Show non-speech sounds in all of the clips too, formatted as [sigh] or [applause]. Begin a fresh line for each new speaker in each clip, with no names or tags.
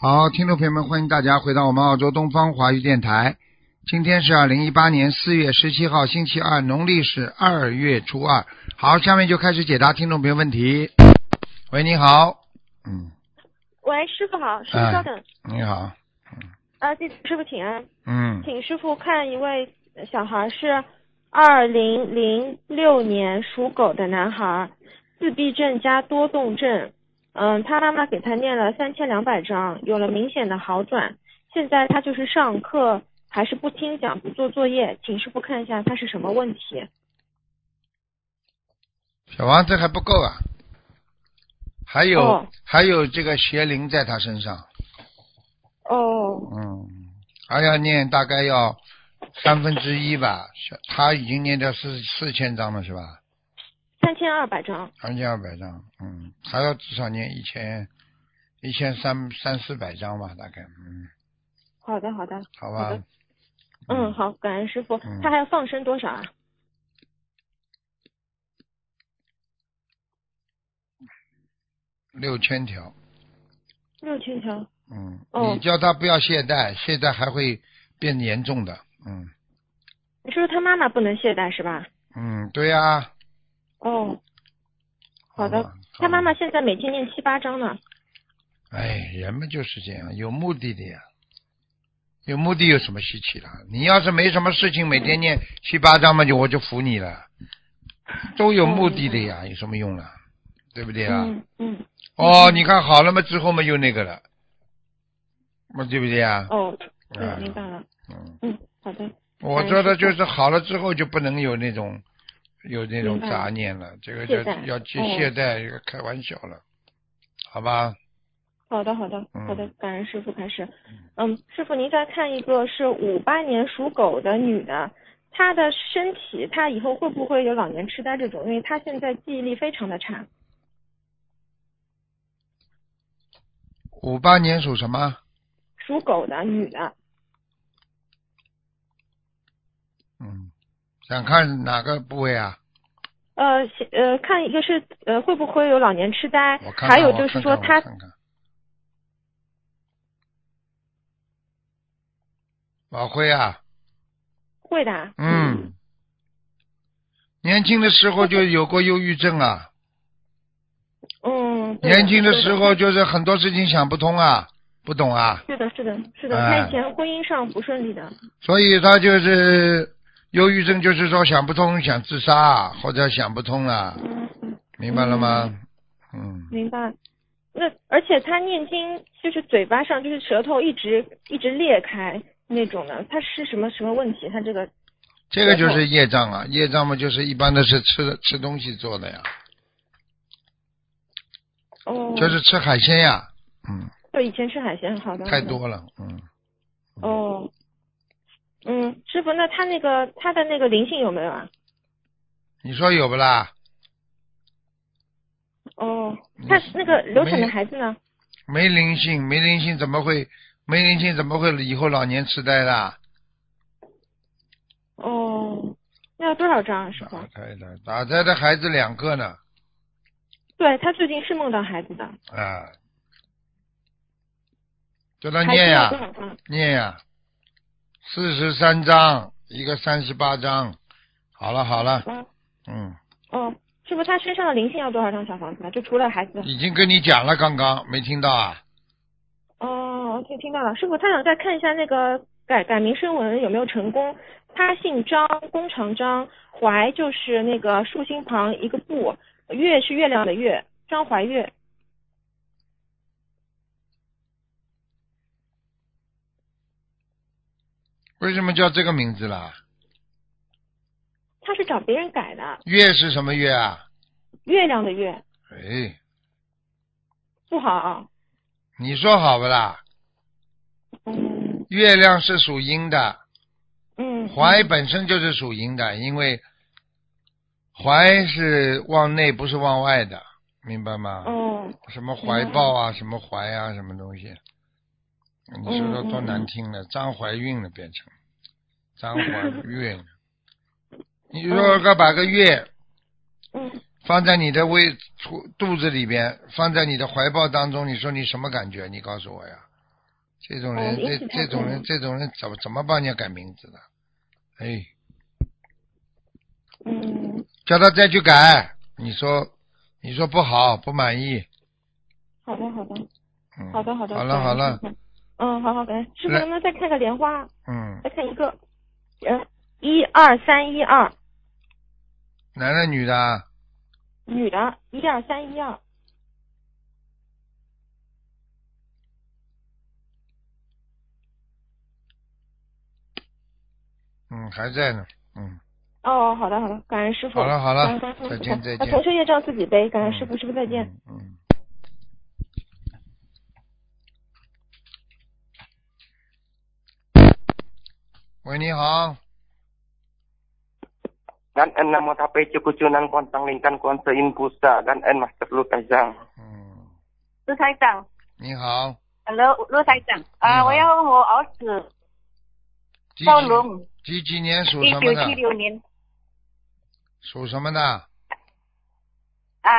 好，听众朋友们，欢迎大家回到我们澳洲东方华语电台。今天是二零一八年四月十七号，星期二，农历是二月初二。好，下面就开始解答听众朋友问题。喂，你好，嗯，
喂，师傅好，师傅
哎
稍等。
你好，
啊，弟子师傅请安，
嗯，
请师傅看一位小孩是二零零六年属狗的男孩，自闭症加多动症。嗯，他妈妈给他念了三千两百章，有了明显的好转。现在他就是上课还是不听讲，不做作业，请师傅看一下他是什么问题。
小王这还不够啊，还有、
哦
还有这个邪灵在他身上，
哦，
嗯，还要念大概要三分之一吧，小他已经念掉四四千张了是吧？
三千二百章。
三千二百张，嗯，还要至少念一千一千三三四百张吧，大概，嗯，
好的，好的。
好
好
吧
的，嗯，好，感恩师傅。
嗯
他还要放生多少啊？
六千条，
六千条。
嗯，
哦
你叫他不要懈怠，懈怠还会变严重的，嗯
你说他妈妈不能懈怠是吧？
嗯，对呀、
哦，
嗯吧
好的。他妈妈，现在每天念七八章呢。
哎，人们就是这样，有目的的呀，有目的有什么稀奇的？你要是没什么事情，每天念七八章嘛，就我就服你了，都有目的的呀，有什么用了？对不对啊？
嗯嗯。
哦，你看好了嘛，之后嘛又那个了，嘛对不对啊？
哦，
啊
嗯，明白了。
嗯，
嗯，好的。
我说的就是好了之后就不能有那种有那种
明白
杂念了，这个
懈
叫
怠
要去
哦
懈怠，这个开玩笑了，好吧？
好的，好的，
嗯
好的，感恩师傅开始。嗯，师傅您再看一个是五八年属狗的女的，她的身体，她以后会不会有老年痴呆这种？因为她现在记忆力非常的差。
五八年属什么？
属狗的女的，
嗯，想看哪个部位啊？
呃写呃，看一个是呃会不会有老年痴呆
我，看看
还有就是说
我看
她
看我看看老辉啊，
会的啊。
嗯，年轻的时候就有过忧郁症啊。
嗯，对
年轻的时候
对
就是很多事情想不通啊，不懂啊，
是的，是的，是的，
哎
他以前婚姻上不顺利的，
所以他就是忧郁症，就是说想不通，想自杀啊或者想不通啊，
嗯，嗯
明白了吗？嗯，
明白。那而且他念经就是嘴巴上就是舌头一直一直裂开那种的，他是什么什么问题？他这个
这个就是业障啊，业障嘛，就是一般的是吃的吃东西做的呀，
哦，
就是吃海鲜呀，嗯，
对以前吃海鲜，好的，
太
好的
多了，嗯，
哦。嗯，师傅，那他那个他的那个灵性有没有啊？
你说有不啦？
哦
嗯，
他那个流产
没
的孩子呢？
没灵性，没灵性怎么会没灵性怎么会以后老年痴呆啦？
哦，那要多少张啊，师傅
打？胎的，打胎的孩子两个呢，
对他最近是梦到孩子的，
啊，叫他
孩子
念呀、
要多少张？
念呀、四十三章，一个三十八章，好了好了，
嗯
嗯，
哦，师傅，他身上的灵性要多少张小房子呢？就除了孩子。
已经跟你讲了，刚刚没听到啊？
哦，听听到了，师傅，他想再看一下那个改改名声纹有没有成功。他姓张，弓长张，怀就是那个竖心旁一个布，月是月亮的月，张怀月。
为什么叫这个名字啦？
他是找别人改的，
月是什么月啊？
月亮的月
哎，
不好啊。
你说好不啦？
嗯
月亮是属阴的，
嗯。
怀本身就是属阴的，因为怀是往内，不是往外的，明白吗？
哦，
什么怀抱
嗯
啊，什么怀啊，什么东西，你说说多难听了，张怀孕了变成张怀
[laughs]
孕，你如果把个月
嗯，
放在你的胃肚肚子里边，放在你的怀抱当中，你说你什么感觉？你告诉我呀，这种人，
哦一
这
起看
这种人，
看
这种人怎么怎么帮人家改名字的？哎，
嗯，
叫他再去改，你说你说不好，不满意。
好的好的
嗯，
好的好的。
好了好了，。
嗯，好好，感恩师傅，
来
能不能再看个莲花？
嗯，
再看一个，呃，一二三一二，
男的女的啊？
女的，一二三一二，
嗯，还在呢。嗯，
哦，好的好的，感恩师傅。
好了好了
感恩师，傅
再见再
啊
见
同。学业障自己背，感恩
嗯
师傅，师傅再见。
嗯。嗯嗯喂，你好，
Gan en namo tapai cucu cunan kontang lingkan konse in pusa. Gan en master lu kaisang.
嗯，
陆台长
你好，
，Hello，陆台长
你
啊，
好
我要问我儿子
几
赵
几
龙，
几几年属
一
什么
九七
的？
六年
属什么的？
啊，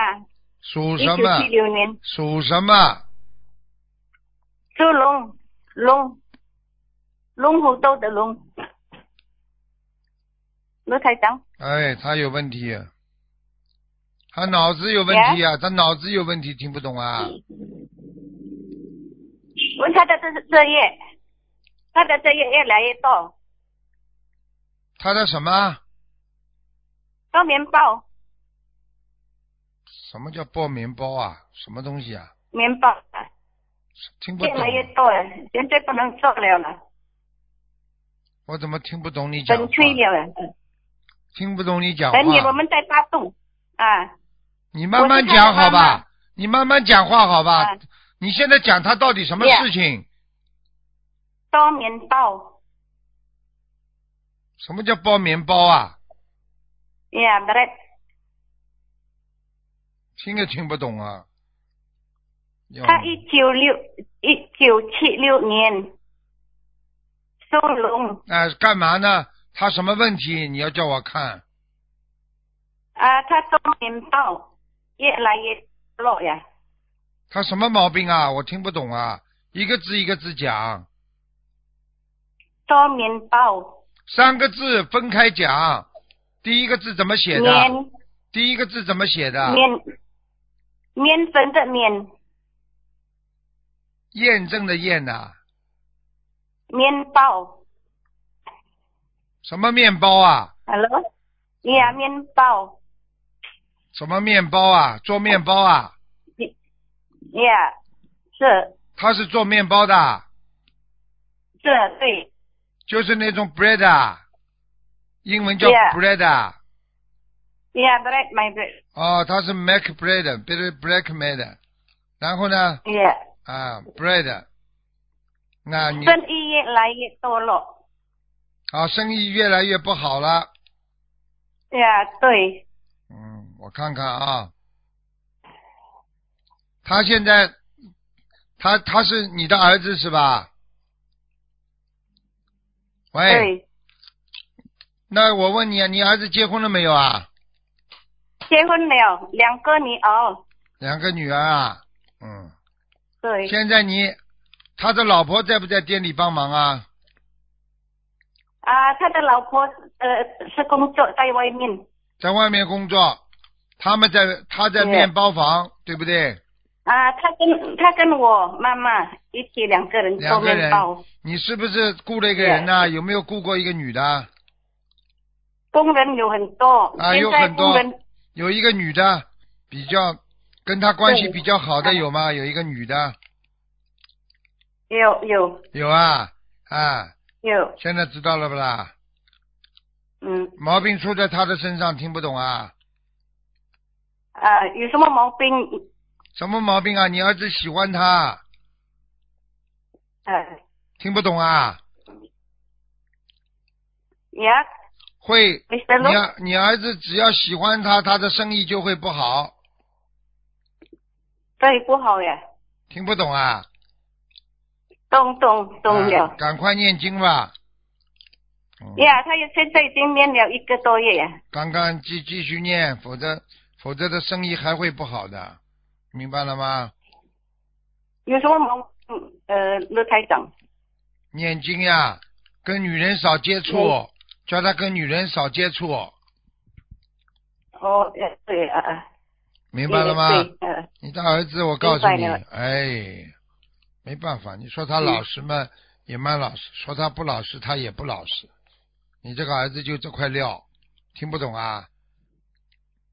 属
一
什
九
么？
七六年，
属什么？
周龙，龙，龙虎斗的龙，陆台长，
哎，他有问题，他脑子有问题啊，他脑子有问题，听不懂啊？
嗯问他的这这业，他的这业越来越多，
他的什么？
多棉包，
什么叫爆棉包啊？什么东西啊？
棉包啊
听不
越
懂，啊
来越多了，现在不能做了了，
我怎么听不懂你讲话
很？脆了了，
听不懂你讲话。
很远我们在八洞啊，
你慢慢讲好
我是看着妈妈
吧，你慢慢讲话好吧
啊。
你现在讲他到底什么事情？
多棉包。
什么叫包棉包啊？
Yeah, bread.
听也听不懂啊。要
他一九六一九七六年，收容
哎、干嘛呢？他什么问题？你要叫我看？
啊，他中年报越来越弱呀，
他什么毛病啊？我听不懂啊。一个字一个字讲，
中年报
三个字分开讲。第一个字怎么写
面
的？第一个字怎么写的？
面面粉的面
验证的验啊呐、
面包
什么面包啊？
，hello，呀面包
什么面包啊？做面包啊？
呀，是
他是做面包的啊。
是对
就是那种 bread 啊，英文叫
Yeah.
bread 啊，
呀 bread my bread
哦，它是 mac bread，别是 black made，然后呢，
呀，
啊，bread，那啊你
生意越来越多了
啊生意越来越不好了，
呀，对
嗯，我看看啊，他现在，他他是你的儿子是吧？喂，
对，
那我问你啊，你儿子结婚了没有啊？
结婚了，两个女儿，
两个女儿啊，嗯。
对。
现在你他的老婆在不在店里帮忙啊？
啊，他的老婆呃是工作在外面
在外面工作，他们在他在
对
面包房，对不对？
啊，他跟他跟我妈妈一起两个人做
两个
面
人
包，，
你是不是雇了一个人呢、啊有没有雇过一个女的？
工人有很多，
啊有
现在
很多
工人
有一个女的比较跟他关系
对
比较好的
啊
有吗？有一个女的
有有
有啊啊，
有，
现在知道了不啦？
嗯
毛病出在他的身上，听不懂啊？
啊，有什么毛病？
什么毛病啊？你儿子喜欢他，
呃，
听不懂啊？
呀，
会
没事
你
咯，
儿你儿子只要喜欢他，他的生意就会不好，
这里不好呀，
听不懂啊？
懂懂懂
啊
了。
赶快念经吧。嗯、
呀，他也现在已经念了一个多月呀。
刚刚继继续念，否则否则的生意还会不好的，明白了吗？
有什么毛呃，乐台长。
念经呀，跟女人少接触，
嗯
叫他跟女人少接触，
哦，呃对啊啊。
明白了吗？
对，呃，
你的儿子，我告诉你
明白了，
哎，没办法，你说他
嗯
老实嘛，也蛮老实；说他不老实，他也不老实。你这个儿子就这块料，听不懂啊？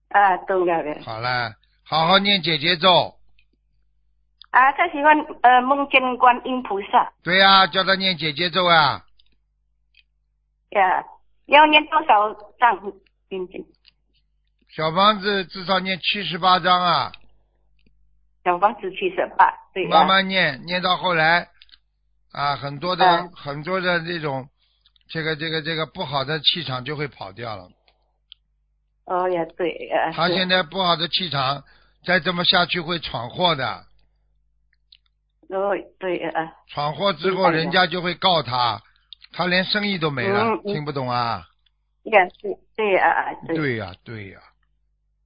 啊，懂了的。
好了，好好念姐姐咒。
啊，他喜欢呃梦见观音菩萨
对呀、叫他念姐姐咒啊，
呀，要念多少章？念经
小房子至少念七十八章啊，
小房子七十八，对啊
慢慢念，念到后来啊，很多的、
嗯
很多的这种这个这个这个不好的气场就会跑掉了。
哦呀，对啊。
他
是
现在不好的气场，再这么下去会闯祸的，
哦，对啊。
闯祸之
明
后
白了
人家就会告他，他连生意都没了，
嗯嗯
听不懂啊？
呀，对对啊啊，对，
对呀、对呀、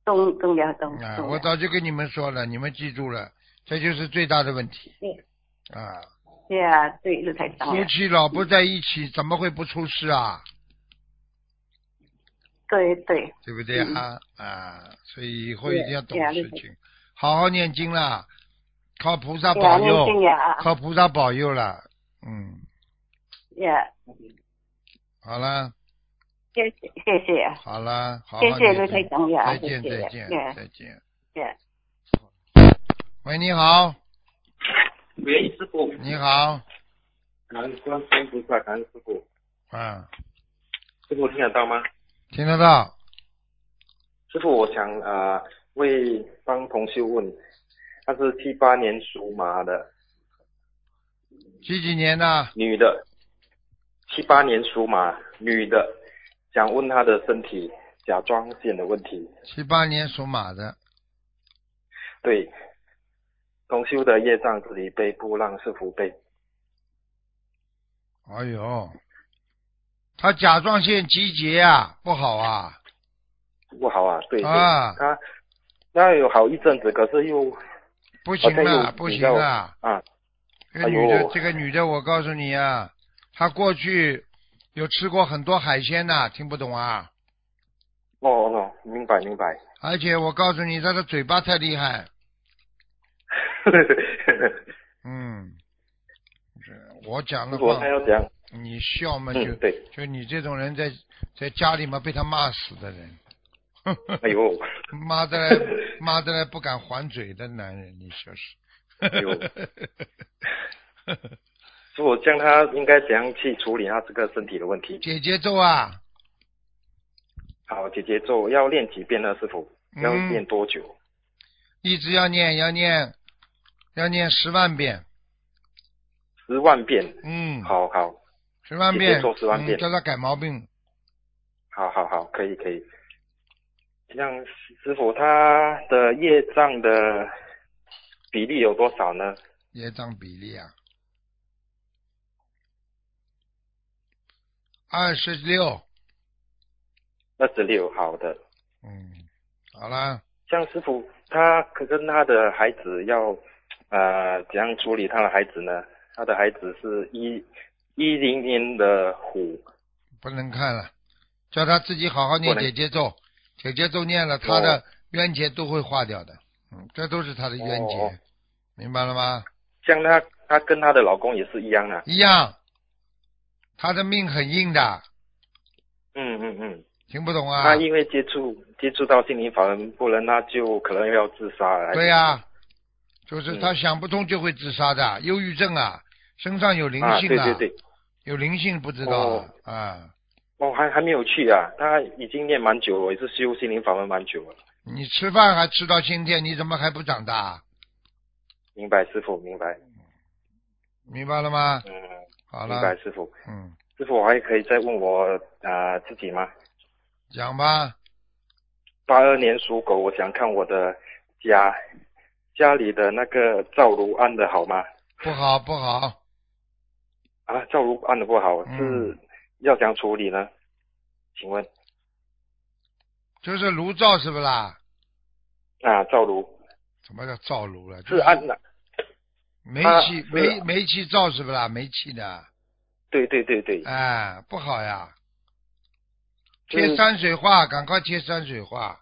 懂懂了懂
啊，
懂
我
了。
早就跟你们说了，你们记住了，这就是最大的问题
对
啊。
对啊，对，陆台长
夫
了。
妻老不在一起，怎么会不出事啊？
对对，
对不对啊？啊，所以以后一定要懂
嗯对啊
事
对
情，好好念经啦，靠菩萨
呀，
保
念经
佑，
呀啊
靠菩萨保佑了。嗯，
呀，
好啦，
谢谢谢谢啊，
好啦，好好
谢
念
谢
经
陆台长呀，
再
谢
见，
谢嗯
再
呀
见，
呀
再见。
呀。
喂，你好，
喂，师傅，
你好，
感恩观世音菩萨，感恩师傅，
啊，
师傅听得到吗？
听得到？
师傅，我想啊、呃为帮同修问，她是七八年属马的
几几年的？
女的，七八年属马女的，想问她的身体甲状腺的问题。
七八年属马的，
对，同修的业障自己背，不让师傅背。
哎呦，他甲状腺结节啊，不好啊。
不好啊，对，对
啊
她那有好一阵子，可是又
不行
好像
了，
又
不
比
行
较
了。
啊，
这个女的，
哎呦
这个女的，我告诉你啊，她过去有吃过很多海鲜呐、听不懂啊。
哦哦，明白明白。
而且我告诉你，她的嘴巴太厉害，嗯，这我讲
师
的
傅，
话
他，要讲，
你笑嘛就
嗯，对，
就你这种人在在家里嘛被他骂死的人，
哎呦，
[laughs] 骂的来
[laughs]
骂的来不敢还嘴的男人，你说
哎呦
是？
师傅，这样他应该怎样去处理他这个身体的问题？
[laughs] 姐姐咒啊，
好，姐姐咒要练几遍呢？师傅，
嗯
要练多久？
一直要念，要念，要念十万遍，
十万遍。
嗯，
好好，
十万遍，
姐姐咒10万遍
嗯叫他改毛病。
好好好，可以可以。这样，师傅他的业障的比例有多少呢？
业障比例啊，二十六，
二十六，好的。
嗯，好啦，
像师傅他可跟他的孩子要呃怎样处理他的孩子呢？他的孩子是一一零年的虎，
不能看了，叫他自己好好念
不能哦
姐姐咒，姐姐咒念了，他的冤结都会化掉的，嗯，这都是他的冤结，
哦
明白了吗？
像她，她跟她的老公也是一样啊。
一样，他的命很硬的，
嗯嗯嗯，
听不懂
她、
啊？
因为接触接触到心灵法门，不然她就可能要自杀了。
对啊呀、就是他
嗯
想不通就会自杀的，忧郁症啊，身上有灵
啊，
性
对对对，
有灵性不知道啊
哦
啊。
哦，还还没有去啊，她已经念蛮久了，也是修心灵法门蛮久了。
你吃饭还吃到今天，你怎么还不长大？
明白师傅，明白，
明白了吗？
嗯，
好
明白
了，
师傅。
嗯，
师傅，我还可以再问我啊、呃自己吗？
讲吧，
八二年属狗，我想看我的家家里的那个赵如安的好吗？
不好不好，
啊，赵如安的不好是
嗯
要怎样处理呢？请问
就是炉灶是不是啦？
啊，赵如
怎么叫灶炉了？
是安哪？
煤
啊
气
是
煤煤气灶是不啦？煤气的，
对对对对，
哎，不好呀。
嗯
贴山水画，赶快贴山水画，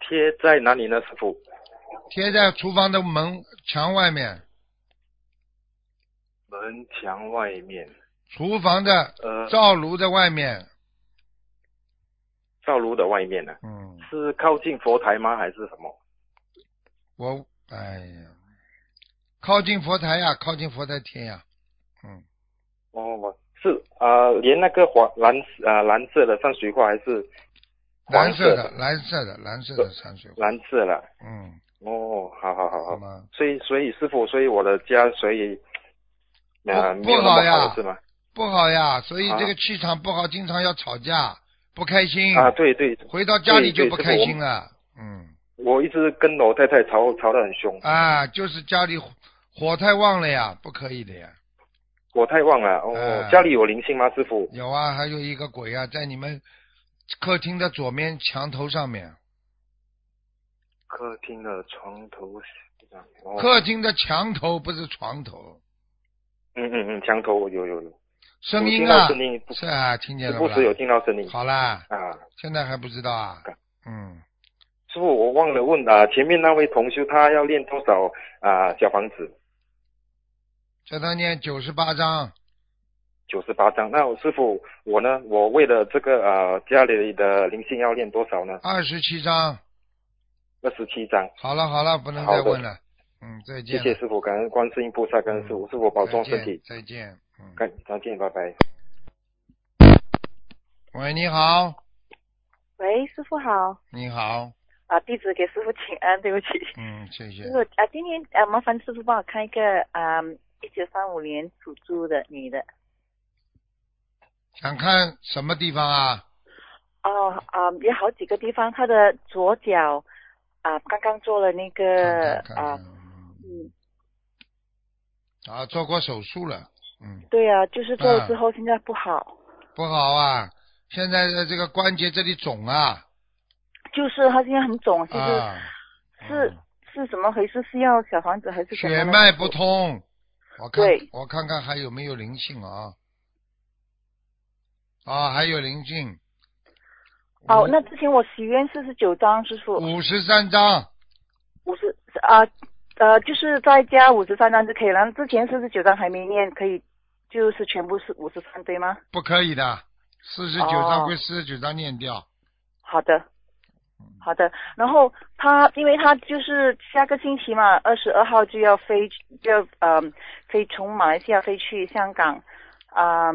贴在哪里呢，师傅？
贴在厨房的门墙外面，
门墙外面，
厨房的
呃，
灶炉的外面，
灶炉的外面呢、
嗯，
是靠近佛台吗？还是什么？
我哎呀，靠近佛台呀，靠近佛台贴呀，嗯，
哦，我是啊、呃连那个黄蓝啊、蓝色的山水画还是黄
蓝色
的
的，蓝色的，蓝色的山水画，
蓝色了。
嗯，
哦，好好好
好
好。
吗？
所以所以师傅，所以我的家所以啊、呃
不
没有那
不好
么
呀
好是吗？
不好呀，所以
啊
这个气场不好，经常要吵架，不开心，
啊，对对，
回到家里就
对
不
对
开
这个我
心了，嗯。
我一直跟我太太吵吵得很凶，
啊，就是家里火火太旺了呀，不可以的呀。
我太旺了。哦，
啊
家里有灵性吗，师傅？
有啊，还有一个鬼啊，在你们客厅的左面墙头上面，
客厅的床头上。哦、
客厅的墙头不是床头，
嗯嗯嗯，墙头有有有，
声
我
音
听到
啊，
声音不
是啊，听见
时
了
不
吧
时？有听到声音。
好啦，
啊，
现在还不知道啊
干，
嗯，
师傅，我忘了问啊，前面那位同修他要练多少啊小房子？
叫他念九十八章，
九十八张。那我师傅我呢？我为了这个呃家里的灵性要练多少呢？
二十七章。
二十七张。
好了好了，不能
好
再
的
问了，嗯，再
谢
见了。
谢师傅，感恩观世音菩萨，感恩师傅，师傅保重身体，
嗯再见。再见嗯，
感再见，拜拜。
喂，你好，
喂，师傅好
你好，
啊，弟子给师傅请安，对不起，
嗯，谢谢
师。傅啊，今天啊，麻烦师傅帮我看一个啊，一九三五年属猪的女的
想看什么地方啊？
哦啊，有好几个地方，她的左脚啊，刚刚做了那个
看看看
啊，
嗯
嗯，
啊，做过手术了，嗯，
对啊，就是做
嗯
了之后现在不好，
不好啊，现在的这个关节这里肿啊，
就是她现在很肿，就是、
啊，
是
嗯
是怎么回事？是要小房子还是什么
血
呢
脉不？通，我看
对
我看看还有没有灵性啊，啊，还有灵性，
哦，那之前我许愿四十九张，师傅
五十三张，
五十啊呃，就是再加五十三张就可以了。之前四十九张还没念，可以就是全部是五十三对吗？
不可以的，四十九张
哦
归四十九张念掉，
好的，
嗯
好的。然后他，因为他就是下个星期嘛，二十二号就要飞，就要呃飞从马来西亚飞去香港，啊、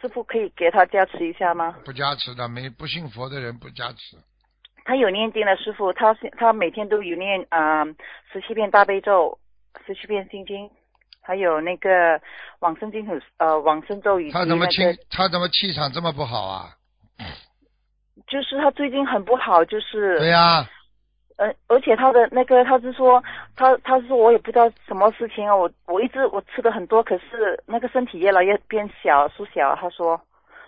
师傅可以给他加持一下吗？
不加持的，没不信佛的人不加持，
他有念经的师傅，他是他每天都有念啊十七遍大悲咒，十七遍心经，还有那个往生经很呃往生咒以及
他
那
怎么
个
气他怎么气场这么不好啊？
就是他最近很不好，就是
对呀、
呃，而且他的那个，他是说，他他是说我也不知道什么事情啊，我我一直我吃的很多，可是那个身体越来越变小缩小。他说，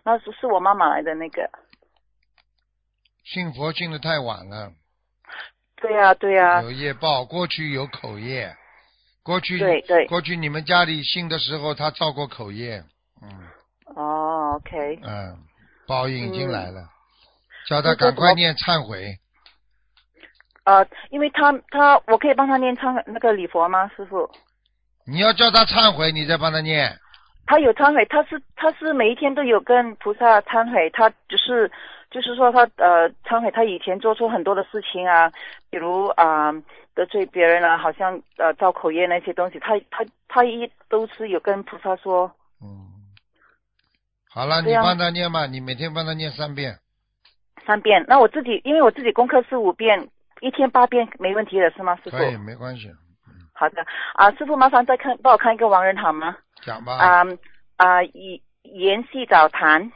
那是是我妈妈来的那个，
信佛信的太晚了。
对呀、对呀、
有业报，过去有口业，过去
对对
过去你们家里信的时候，他造过口业，嗯
哦，OK，
嗯，报应已经
嗯
来了，叫他
那这
赶
怎
快
么
念忏悔，
呃，因为他他我可以帮他念唱那个礼佛吗，师傅？
你要叫他忏悔，你再帮他念，
他有忏悔，他是他是每一天都有跟菩萨忏悔，他只是就是说他呃忏悔他以前做出很多的事情啊，比如啊、得罪别人啊，好像呃造口业那些东西，他他他一都是有跟菩萨说，
嗯，好了，
对
你
啊呀
帮他念吧，你每天帮他念三遍，
三遍。那我自己因为我自己功课是五遍，一天八遍没问题的是吗，师傅？
可以，没关系，
好的啊，师傅麻烦再看帮我看一个亡人好吗？
讲吧，
啊啊，以延系早谈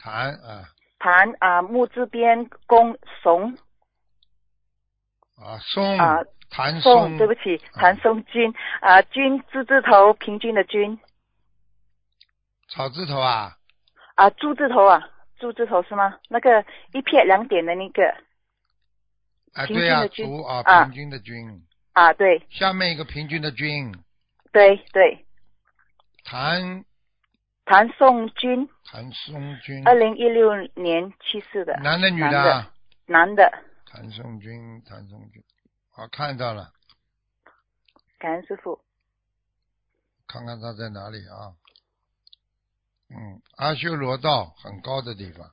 谈啊
谈啊木字边弓怂。
啊松
啊
谭
宋，
松，
对不起，谭松君啊，君字字头，平均的君
草字头啊，
啊，柱字头啊，柱字头是吗？那个一撇两点的那个
啊
平均
对呀，
的均
竹啊
啊
平均的均，
啊，对
下面一个平均的均，
对对，
谭
谭颂君，
谭松君，
二零一六年去世的，
嗯男的女
呃男
的
的
啊？
男的，
谭松君，谭松君，我看到了，
感恩师傅。
看看他在哪里啊？嗯，阿修罗道很高的地方，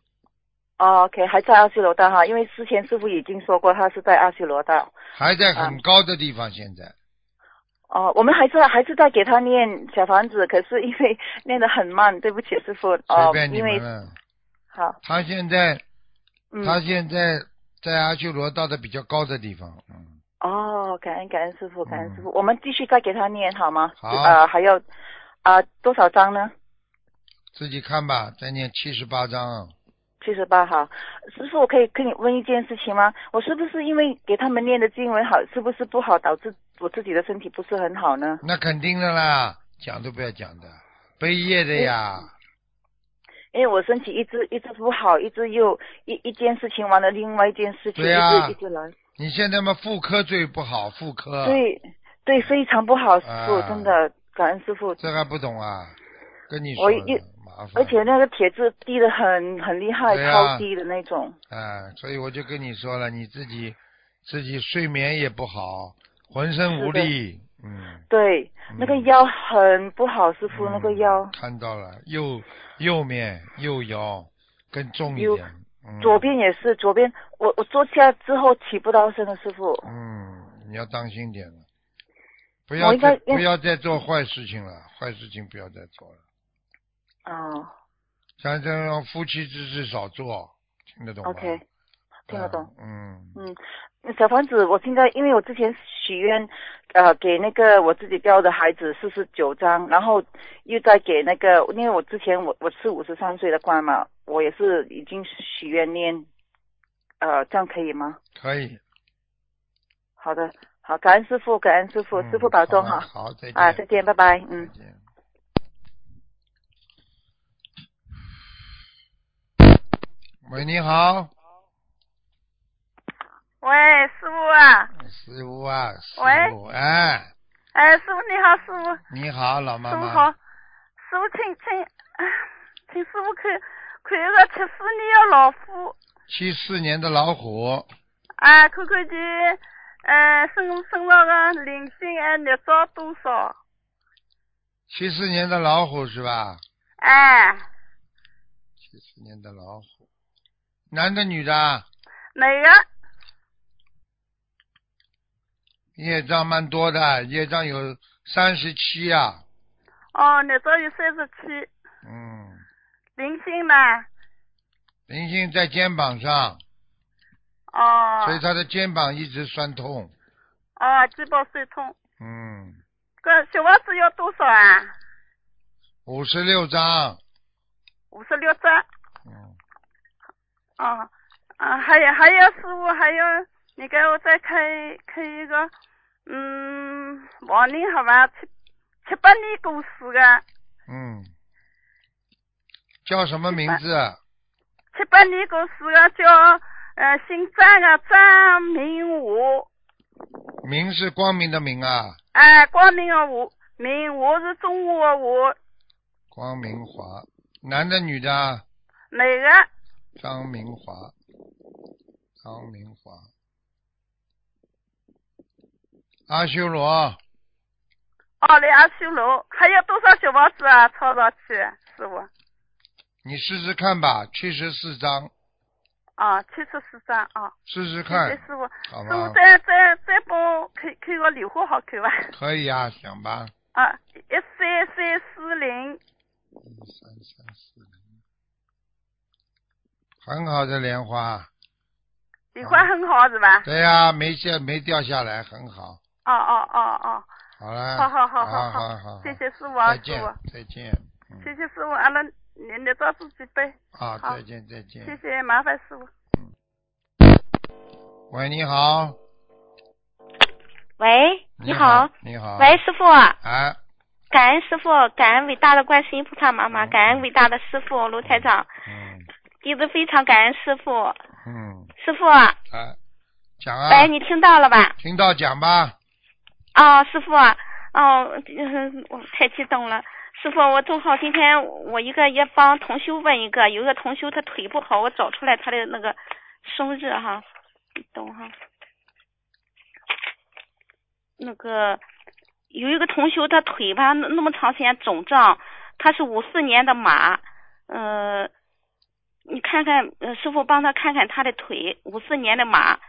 哦，OK，还在阿修罗道哈，因为之前师傅已经说过他是在阿修罗道。
还在
啊
很高的地方。现在
哦，我们还是还是在给他念小房子，可是因为 [laughs] 念得很慢，对不起师傅。
随
哦
便，你
因
们
为
了。
好，
他现在，
嗯，
他现在在阿修罗道的比较高的地方，嗯，
哦，感恩感恩师傅，感恩师
嗯
傅，我们继续再给他念好吗？
好
呃，还有啊、多少张呢？
自己看吧。再念七十八章啊，
七十八号，师傅，我可以跟你问一件事情吗？我是不是因为给他们念的经文好，是不是不好，导致我自己的身体不是很好呢？
那肯定的啦，讲都不要讲的，背业的呀。
因为我身体一直一直不好，一直又一一件事情完了另外一件事情，
对啊
一直一直来，
你现在嘛，妇科最不好，妇科，
对对，非常不好，师傅、
啊
真的感恩师傅，
这还不懂啊？跟你说
我
了
一
麻烦。
而且那个铁质低的很很厉害，
对啊
超低的那种，
啊，所以我就跟你说了，你自己自己睡眠也不好，浑身无
是的
力，嗯，
对，那个腰很不好，师傅、那个
嗯
腰，
看到了，右右面右腰更重一
右
点，嗯、
左边也是，左边我我坐下之后起不到身了，师傅。
嗯，你要当心点了，不要
我应该
再不要再做坏事情了，坏事情不要再做了，
哦
像这种夫妻之事少做，听得懂吗
，OK，听得懂。
啊嗯，
嗯，小房子，我现在因为我之前许愿，呃，给那个我自己掉的孩子四十九张，然后又在给那个，因为我之前我我是五十三岁的关嘛，我也是已经许愿念，呃，这样可以吗？
可以，
好的，好，感恩师傅，感恩师傅，
嗯
师傅保重
好了
哈，
好，再见，
啊，再见，拜拜，嗯。
再见。喂，你好，
喂，师傅啊，
师傅啊，师
喂
傅，哎，
哎，师傅你好，师傅，师
你好，老妈
傅
妈，
好，师傅请请，请师傅看看一个七四年的老虎，
七四年的老虎，
啊，看看见，呃，身身上的灵性还孽障多少？
七四年的老虎是吧？
哎，
七四年的老虎，男的女的啊，
哪个？
业障蛮多的，业障有三十七啊，
哦，孽障有三十七，
嗯，
灵性呢？
灵性在肩膀上，
哦
所以他的肩膀一直酸痛，
哦，肌包碎痛，
嗯，
个小房子要多少啊？
五十六张，
五十六张。
嗯，
哦，啊，还有还有师傅，还有你给我再开开一个，嗯，王宁好吧，七七八年过世的，
嗯，叫什么名字？
七八年过世的叫呃姓张的张明华，
明是光明的明啊，
哎、光明的华，明华是中华的华，
光明华，男的女的啊？
哪个？
张明华，张明华，阿修罗，
哦，来阿修罗，还有多少小房子啊？抄上去，师傅，
你试试看吧，七十四张，
啊，七十四张啊，
试试
谢谢
看
师，傅，
好
师
吗
傅？再再再帮我开开个莲花好看吧？
可以啊，想吧。
啊，一三三四
哦
零，
一三三四零，很好的莲花，
莲花很好是吧？
对呀、没下没掉下来，很好。
哦哦哦
好
哦，
了，
好好好
好
好
好，
谢谢师傅啊，
哦再
师
见
傅，，
再见，嗯
谢谢师傅，阿拉你你照自己背，
啊，
好
再见，再见。
谢谢，麻烦师傅。
哦喂，你好，
喂，你好，，
你好，
喂，，师傅，
哎，
感恩师傅，感恩伟大的观世音菩萨妈妈，感恩伟大的师傅卢台长，
嗯
弟子非常感恩师傅。
嗯，
师傅，
哎，讲啊，
喂，你听到了吧？
听到讲吧，
哦，师傅，嗯、
哦，嗯我太激动了。师傅，我正好今天我一个也帮同修问一个，有一个同修他腿不好，我找出来他的那个生日哈，你等哈。那个有一个同修他腿吧那那么长时间肿胀，他是五四年的马，呃，你看看，呃，师傅帮他看看他的腿，五四年的马，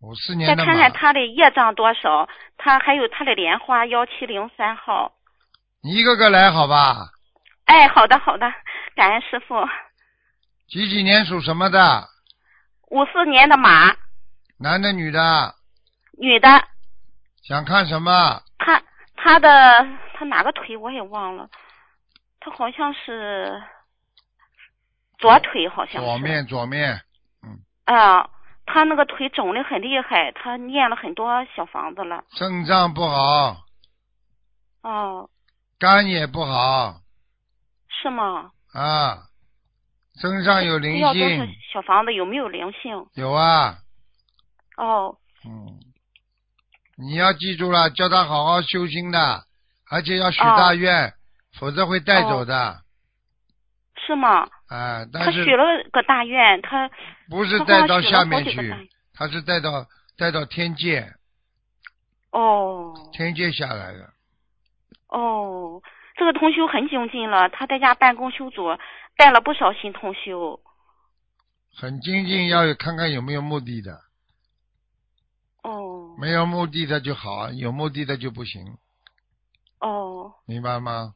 五四年
再
的
看看
马，
他的业障多少，他还有他的莲花幺七零三号。
你一个个来好吧？
哎，好的好的，感恩师傅。
几几年属什么的？
五四年的马，
男的女的？
女的，
想看什么？
她她的她哪个腿我也忘了，她好像是左腿，好像是。
左面左面，
啊，她那个腿肿的很厉害，她念了很多小房子了。
肾脏不好，
哦，
肝也不好
是吗？
啊，身上有灵
要多少
性，
小房子有没有灵性？
有啊，
哦，
嗯，你要记住了，叫他好好修心的，而且要许
哦
大愿，否则会带走的。
是吗？
啊，
她
但
哦许
是
了个大愿，她
不
她
是
好
带
像
到
许
下
了好
面
几个大愿
去，。他是带到带到天界，
哦。
天界下来的。
哦，这个同修很精进了，他在家办公修组带了不少新同修。
很精进，要有看看有没有目的的，
哦
没有目的的就好，啊有目的的就不行，
哦
明白吗？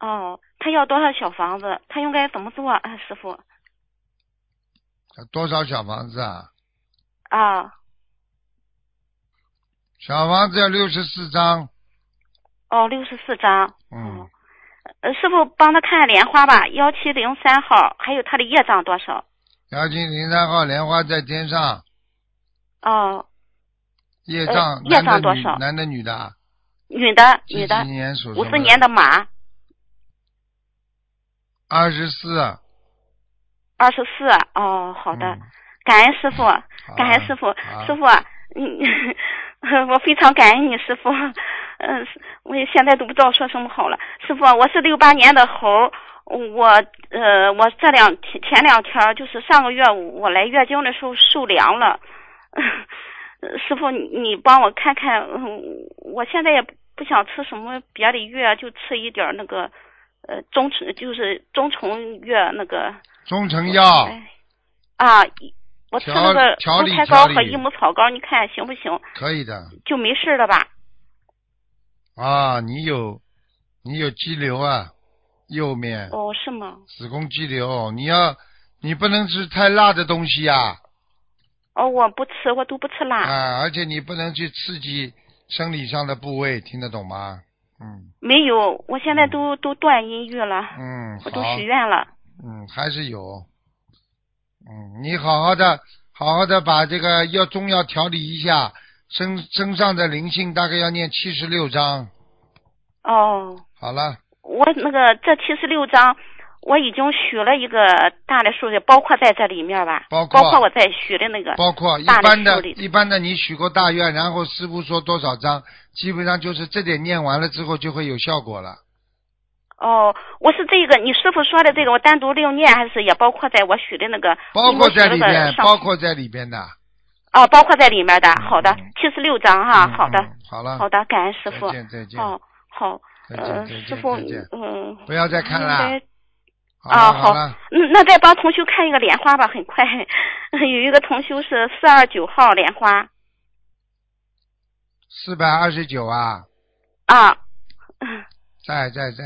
哦，他要多少小房子？他应该怎么做啊，师傅？
多少小房子啊？
啊，
小房子要六十四张，
哦，六十四张。
嗯，
呃，师傅帮他看看莲花吧，幺七零三号，还有他的业障多少？
幺七零三号莲花在天
哎
上，
哦，
业障、
呃业障
男的
多
女
少
男的女的啊？
女的，
几
女的
几，年属什
五
么
四年的马，
二十四，
二十四。哦，好的，
嗯
感恩师傅。感恩师傅，师，傅啊，你 [laughs] 我非常感恩你师傅，嗯，我也现在都不知道说什么好了。师傅啊，我是六八年的猴儿，我呃，我这两天前两天儿就是上个月我来月经的时候受凉了，师傅你你帮我看看，嗯我现在也不想吃什么别的药，就吃一点儿那个呃中成就是中成药那个。
中成药
哎，啊，我吃那个
调调
中
理
台膏
调
和
理
益母草膏，你看行不行？
可以的
就没事了吧？
啊，你有你有肌瘤啊，右面
哦，是吗？
子宫肌瘤，你要你不能吃太辣的东西呀、
哦，我不吃，我都不吃辣，
啊，而且你不能去刺激生理上的部位，听得懂吗？嗯
没有，我现在都都断音域了，
嗯，
我都
好
许，愿了。
嗯，还是有，嗯，你好好的，好好的把这个药中药调理一下，身身上的灵性大概要念七十六章，
哦，
好了，
我那个这七十六章。我已经许了一个大的数量，包括在这里面吧，
包
包
括
我在许的那个，
包括一
大的
般的
处、理
一般的，你许过大愿，然后师傅说多少章，基本上就是这点念完了之后就会有效果了。
哦，我是这个，你师傅说的这个，我单独另念还是也包括在我许的那个，
包括在里
因为我许了
边
个，上
包括在里边的。
哦，包括在里面的。好的
嗯，
七十六章哈，
嗯
好的，
嗯好了，
好的，感恩师傅
再。见再见，
哦，好，
再见
呃，
再见
师傅
再见，
嗯，
不要再看了
应。
好
啊，
了
好
了，，
嗯，那再帮同修看一个莲花吧，很快， [laughs] 有一个同修是四二九号莲花
四百二十九啊，
啊。
在在在，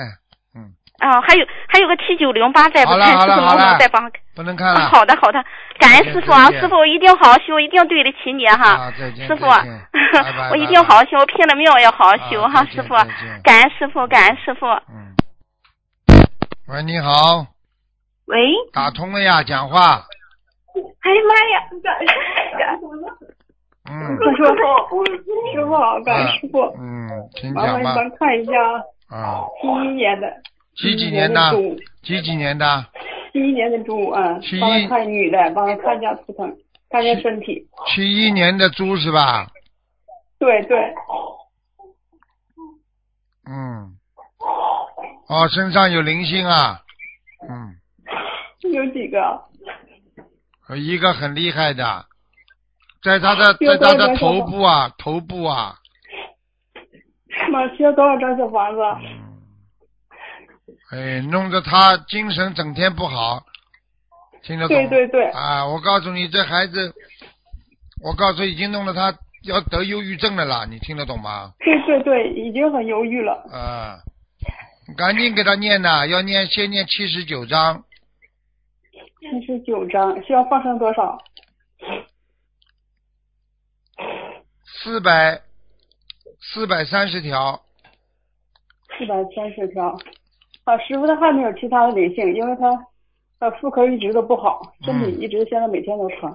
嗯，
啊，还有还有个七九零八在不 [laughs]
好了
看，
好
师
了
傅能
好
不能
了
再帮我看？
不能看
啊
了。
[laughs] 好的好的，感恩
再见
师傅啊，
再见
师傅一定好好修，一定对得起你哈
啊，，再见，
师傅
再
[laughs]
见拜拜，
我一
拜
定
拜
好好修，拼了命要好好
啊
修哈，
再
师
见
傅
再，见
感恩师傅，感恩师傅。
嗯。喂，你好，
喂，
打通了呀，讲话。
哎呀妈呀，感感
嗯
师傅，师傅，感
啊
恩师傅，
嗯，请
麻
讲
烦你
吧。
帮看一下啊，
啊，
七一年的，
几
71
几年的
的？猪，
几几年的？
七一年的猪啊
71，
帮我看女的，帮我看一下图腾，看一下身体，
七一年的猪是吧？
对对，
嗯。哦，身上有灵性啊。嗯。
有几个？
有一个很厉害的，在他
啊
的在他的头部啊，头部啊，
妈，需要多少张小房子？
哎，弄得他精神整天不好，听得懂？
对对对
啊，我告诉你，这孩子，我告诉已经弄得他要得忧郁症的啦，你听得懂吗？
对对对，已经很犹豫了。
啊，赶紧给他念呐，要念先念七十九章，
七十九张，需要放生多少？
四百四百三十条，
四百三十条。啊，师傅他还没有其他的灵性，因为他呃妇科一直都不好，身体一直现在每天都疼。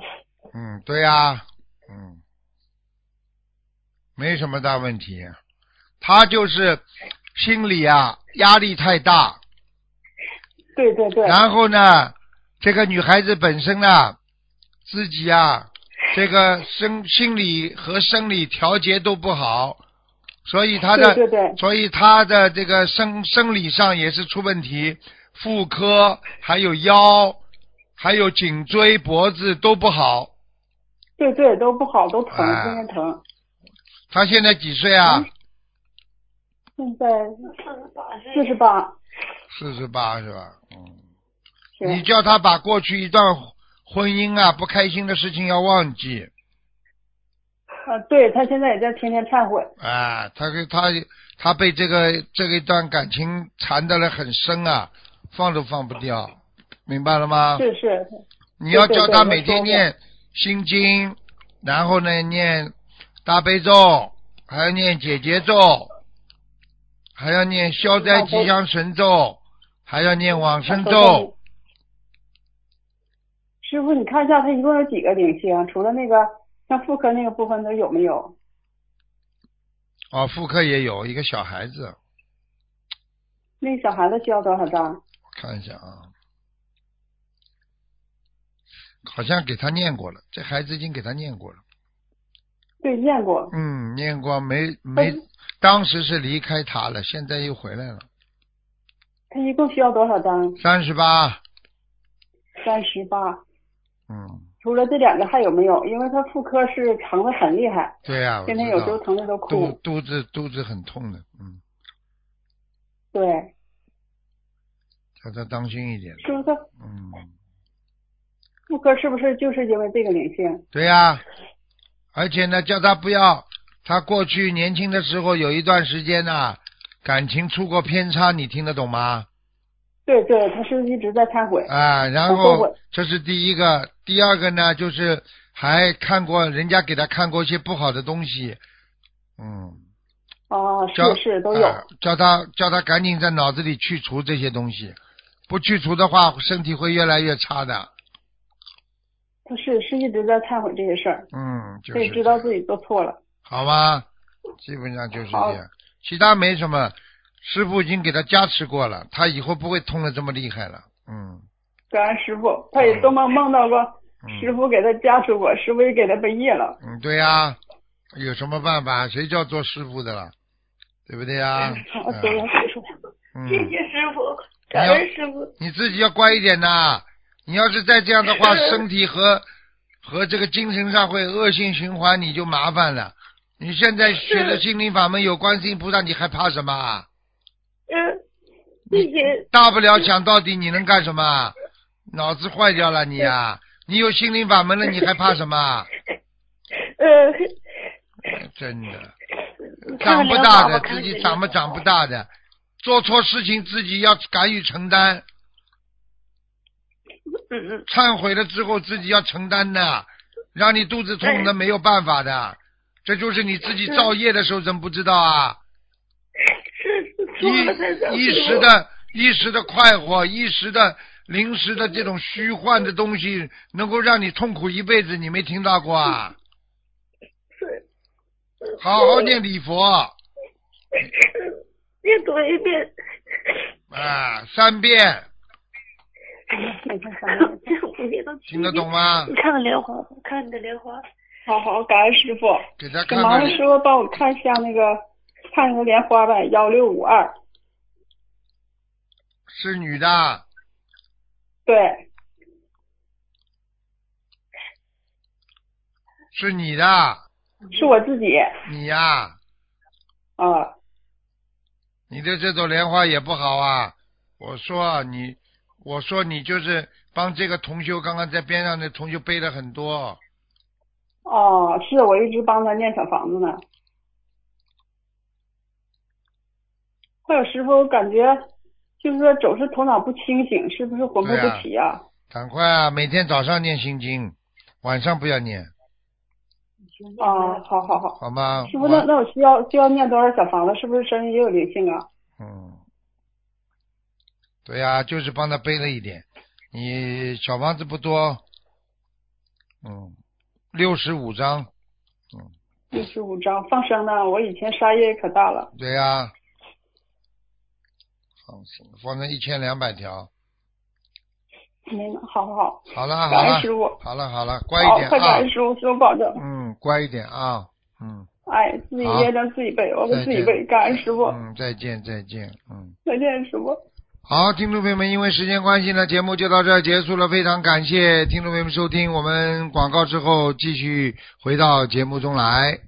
嗯，对呀、嗯，没什么大问题，他就是心里啊压力太大，
对对对。
然后呢，这个女孩子本身呢，自己啊，这个生心理和生理调节都不好，所以她的，
对对对
所以她的这个生生理上也是出问题，妇科还有腰，还有颈椎、脖子都不好。
对对，都不好，都疼，
哎
天天疼。
她现在几岁啊？
现在四十八，
四十八是吧？
是
你叫她把过去一段婚姻啊不开心的事情要忘记。
啊，对他现在也在天天忏悔。
啊，他跟他他被这个这个一段感情缠得了很深啊，放都放不掉，明白了吗？
是是，
你要
对对
叫
对
他
我
每天
说过
念心经，然后呢念大悲咒，还要念解结咒，还要念消灾
大悲
吉祥神咒，还要念往生
我说
咒
过。师傅，你看一下他一共有几个灵性？啊除了那个像妇科那个部分，他有没有？
哦，妇科也有一个小孩子，
那个小孩子需要多少张？
看一下啊，好像给他念过了，这孩子已经给他念过了。
对，念过。
嗯，念过没没
嗯，
当时是离开他了，现在又回来了。
他一共需要多少张？
三十八，
三十八。
嗯，
除了这两个还有没有？因为他妇科是疼的很厉害，
对呀、我
天天
啊知
有
道
时候疼的都哭
肚。肚子肚子很痛的，嗯，
对，
叫他当心一点，
是不是他
嗯，
妇科是不是就是因为这个灵性？
对呀、而且呢，叫他不要，他过去年轻的时候有一段时间呐、感情出过偏差，你听得懂吗？
对对，他是不是一直在忏悔？
啊，然
我后悔
后这是第一个，第二个呢，就是还看过人家给他看过一些不好的东西，嗯。
哦，
叫
是是都有。
呃叫他叫他赶紧在脑子里去除这些东西，不去除的话，身体会越来越差的。
他是是一直在忏悔这些事儿，
嗯，就
所以
是
知道自己做错了。
好吗？基本上就是
好
这样，其他没什么。师傅已经给他加持过了，他以后不会痛的这么厉害了。嗯，
感恩师傅，他也做梦梦到过
嗯
师傅给他加持过，师傅也给他背业了。
嗯，对呀、有什么办法？谁叫做师傅的了？对不对呀、
啊，对了，师傅，
嗯，
嗯谢谢师傅，
感
感
恩
恩师傅。
你自己要乖一点呐！你要是再这样的
[laughs]
话，身体和和这个精神上会恶性循环，你就麻烦了。你现在学的心灵法门有观世音菩萨，你还怕什么？啊？
嗯，谢谢。
大不
嗯
了想到底，你能干什么啊？脑子坏掉了你呀、
[laughs]
你有心灵法门了，你还怕什么啊？
呃
嗯，
真的，
看
长
看
不
莲
大
花
的
我看
自己
看
长不长不大的，做错事情自己要敢于承担。
嗯嗯
忏悔了之后自己要承担的，让你肚子痛的没有办法的，这就是你自己造业的时候怎么不知道啊？
是是
一
[laughs] 错了，在这
一时的一时的快活，一时的临时的这种虚幻的东西，能够让你痛苦一辈子，你没听到过啊？
[laughs] 是
好好念礼佛
[laughs] 念读一遍，
啊，三遍，
每天三遍。
这五遍都
听得懂吗
你？看看莲花，我看你的莲花。
好好，感恩师傅。
给他
给
看
忙
看
了，师傅帮我看一下那个看着莲花呗，幺六五二，
是女的，
对，
是你的，
是我自己
你呀、
啊，
你的这朵莲花也不好啊！我说啊你，我说你就是帮这个同修，刚刚在边上的同修背了很多，
哦，是我一直帮他念小房子呢。还有师傅，我感觉就是说总是头脑不清醒，是不是魂魄
对啊
不齐啊？
赶快啊！每天早上念心经，晚上不要念，
啊，好好好，
好吗？
师傅，那
我
那我需要需要念多少小房子？是不是身上也有灵性啊？
嗯，对呀、就是帮他背了一点。你小房子不多，嗯，六十五张，
六十五张放生呢？我以前杀业可大了。
对呀、放生放成一千两百条。
没呢，好好好，
好了好
感
了
恩师傅，
好了啊好了，乖一
好，
点
快感
啊
恩，师傅，师傅保重。
嗯，乖一点啊，嗯
哎，自己业障自己背，我们自己背。感恩师傅，
嗯，再见再见，嗯。
再见，师傅。
好，听众朋友们，因为时间关系呢，节目就到这儿结束了。非常感谢听众朋友们收听，我们广告之后继续回到节目中来。